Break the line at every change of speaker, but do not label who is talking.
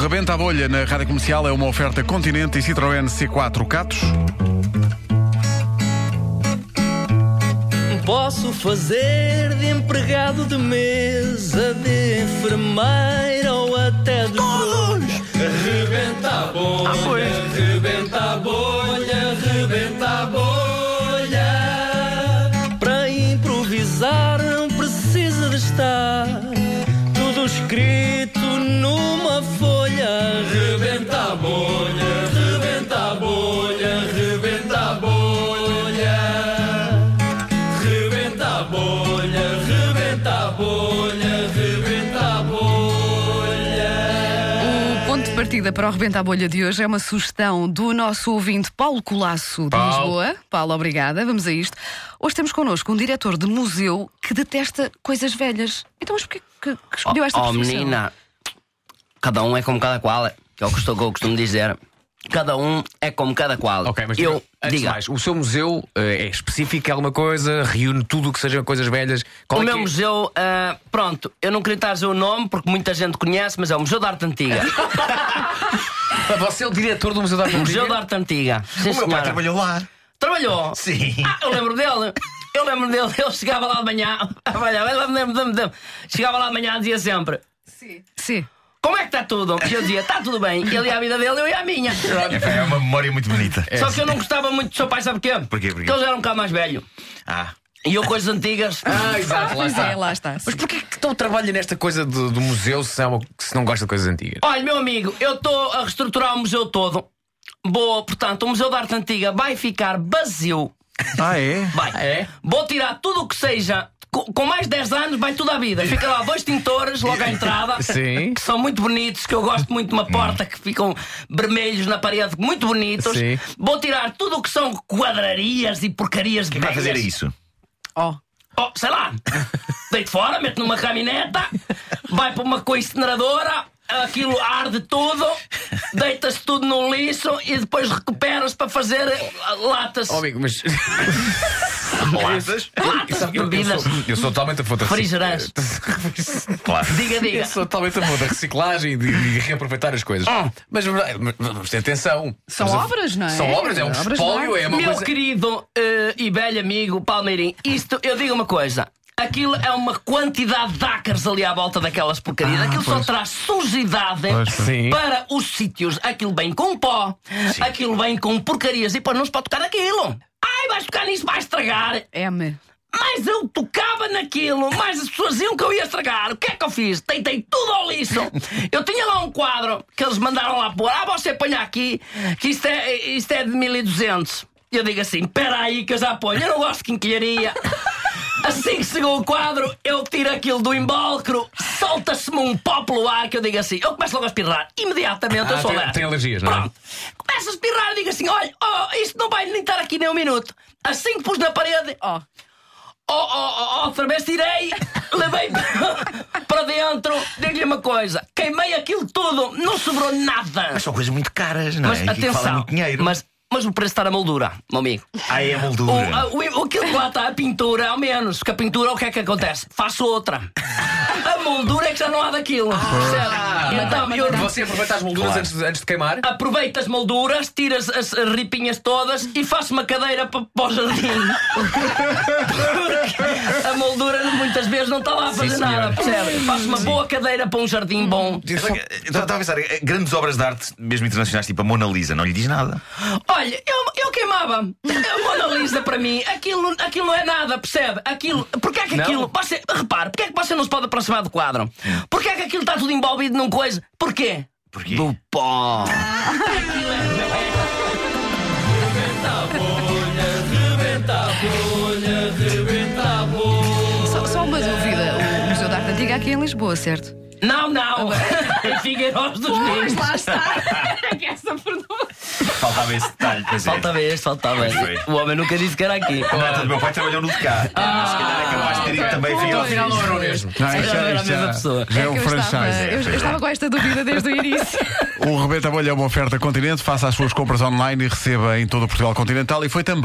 Rebenta a Bolha na Rádio Comercial é uma oferta Continente e Citroën C4 Catos.
Posso fazer de empregado de mesa, de enfermeira ou até de. Ah, Todos! Rebenta a bolha, rebenta a bolha, rebenta a bolha. Para improvisar não precisa de estar tudo escrito numa folha. Rebenta a bolha, rebenta a bolha, rebenta a bolha. Rebenta a bolha, rebenta a bolha, rebenta a bolha.
O ponto de partida para o Rebenta a Bolha de hoje é uma sugestão do nosso ouvinte Paulo Colasso de
Paulo.
Lisboa. Paulo, obrigada, vamos a isto. Hoje temos connosco um diretor de museu que detesta coisas velhas. Então, mas porquê que, que escolheu esta
oh,
profissão?
menina, cada um é como cada qual, que é o que estou- que eu costumo dizer. Cada um é como cada qual.
Ok, mas
eu
antes de
diga.
mais, o seu museu eh, é específico em alguma coisa, reúne tudo o que sejam coisas velhas. Qual
O
é
meu
que é?
museu, ah, pronto, eu não queria dizer o nome porque muita gente conhece, mas é o Museu da Arte Antiga.
Você é o diretor do Museu da Arte
o Museu
Antiga?
da Arte Antiga. Sim,
O meu pai
senhora.
trabalhou lá.
Trabalhou?
Sim.
Ah, eu lembro dele. Eu lembro dele. Ele chegava lá de manhã. Olha, lembro, lembro, lembro, lembro. Chegava lá de manhã e dizia sempre:
Sim.
Como é que está tudo? E eu dizia: Está tudo bem. Ele ia à vida dele, eu ia à minha.
É uma memória muito bonita.
Só que eu não gostava muito do seu pai, sabe porquê?
Porquê? Porquê?
Porque eles eram um bocado mais velho.
Ah,
E eu coisas antigas.
Ah, exato, lá
Pois
está.
é, lá está.
Mas porquê que então trabalha nesta coisa do, do museu se, é uma- se não gosta de coisas antigas?
Olha, meu amigo, eu estou a reestruturar o museu todo. Boa, portanto, o Museu da Arte Antiga vai ficar vazio.
Ah, é?
Vai.
É?
Vou tirar tudo o que seja. Co- Com mais 10 anos vai tudo à vida. Fica lá dois tintores logo à entrada.
Sim.
Que são muito bonitos, que eu gosto muito de uma porta que ficam vermelhos na parede, muito bonitos.
Sim.
Vou tirar tudo o que são quadrarias e porcarias de
quem é vai
velhas.
fazer isso?
Oh.
Oh, sei lá, deito fora, meto numa camineta, vai para uma coincineradora, aquilo arde tudo, deitas tudo num lixo e depois recuperas para fazer eh, latas.
Oh, amigo, mas.
Latas?
latas de
Eu, eu
bebidas.
sou, eu sou totalmente a favor da
Refrigerantes.
Claro.
Diga,
Eu
diga.
sou totalmente a favor da reciclagem e de, de reaproveitar as coisas. Mas verdade, mas vamos ter atenção.
São
Estamos a-
obras, não é?
São obras, é um
Obras de
espólio,
arte.
é uma
Meu
coisa.
querido eh, e velho amigo Palmeirim, isto, eu digo uma coisa. Aquilo é uma quantidade de ácaros ali à volta daquelas
Ah,
porcarias. aquilo só traz sujidade
Sim.
para os sítios. Aquilo vem com pó, aquilo vem com porcarias e depois não se pode tocar naquilo. Ai, vais tocar nisso, vais estragar.
M.
Mas eu tocava naquilo, mas as pessoas diziam que eu ia estragar. O que é que eu fiz? Tentei tudo ao lixo. Eu tinha lá um quadro que eles mandaram lá pôr. Ah, você ponha aqui, que isto é, isto é de 1200. E Eu digo assim: espera aí que eu já ponho. Eu não gosto de quinquilharia. Assim que chegou o quadro, eu tiro aquilo do invólucro, solta-se-me um pó pelo ar que eu digo assim. Eu começo logo a espirrar. Imediatamente eu
Ah,
sou
tem-
alérgico.
tem alergias, não é?
Pronto. Começo a espirrar e digo assim: olha, oh, isto não vai nem estar aqui nem um minuto. Assim que pus na parede,
Oh.
Oh, oh, oh, outra vez tirei, levei para dentro. Digo-lhe uma coisa: queimei aquilo tudo, não sobrou nada.
Mas são coisas muito caras, não é?
Mas
E que falam
atenção,
muito dinheiro.
mas, mas o preço está na moldura, meu amigo.
Aí é a
O,
moldura.
a, o, aquilo que lá está, a pintura, ao menos. Que a pintura, o que é que acontece? Faço outra. A moldura é que já não há daquilo.
Ah.
Percebe? então, eu,
Você aproveita as molduras
Claro.
antes, de- antes de queimar?
aproveito as molduras, tiro as, as ripinhas todas e faço uma cadeira para, para o jardim. Porque a moldura muitas vezes não está lá a fazer nada, percebe? Faço uma boa cadeira para um jardim bom.
Eu só- eu Estava a pensar, eh, grandes obras de arte, mesmo internacionais, tipo a Mona Lisa, não lhe diz nada.
Olha, eu, eu queimava. A Mona Lisa para mim, aquilo, aquilo não é nada, percebe? Aquilo, porque é que
Não.
aquilo. Você, repare, porque é que você não se pode aproximar do quadro? Porque é que aquilo está tudo envolvido num coisa? Porquê?
Porquê?
Do pó.
Só, só uma dúvida. O Museu da Arte Antiga é aqui em Lisboa, certo?
Não, não. Em Figueiredo dos Meninos.
Faltava esse detalhe, pois é.
Falta vez, falta vez.
Pois
O homem nunca disse que era aqui.
A nata do meu pai trabalhou no de cá.
Ah,
Se calhar é capaz de ter ido também fica ao
Não,
fim.
não era o mesmo.
Não,
Já
isto
não
já-
era a
isto já-
mesma pessoa.
já é um
que eu estava,
franchise.
eu, eu estava com esta dúvida desde o início.
O Rebenta a Bolha é uma oferta Continente. Faça as suas compras online e receba em todo o Portugal Continental. E foi também.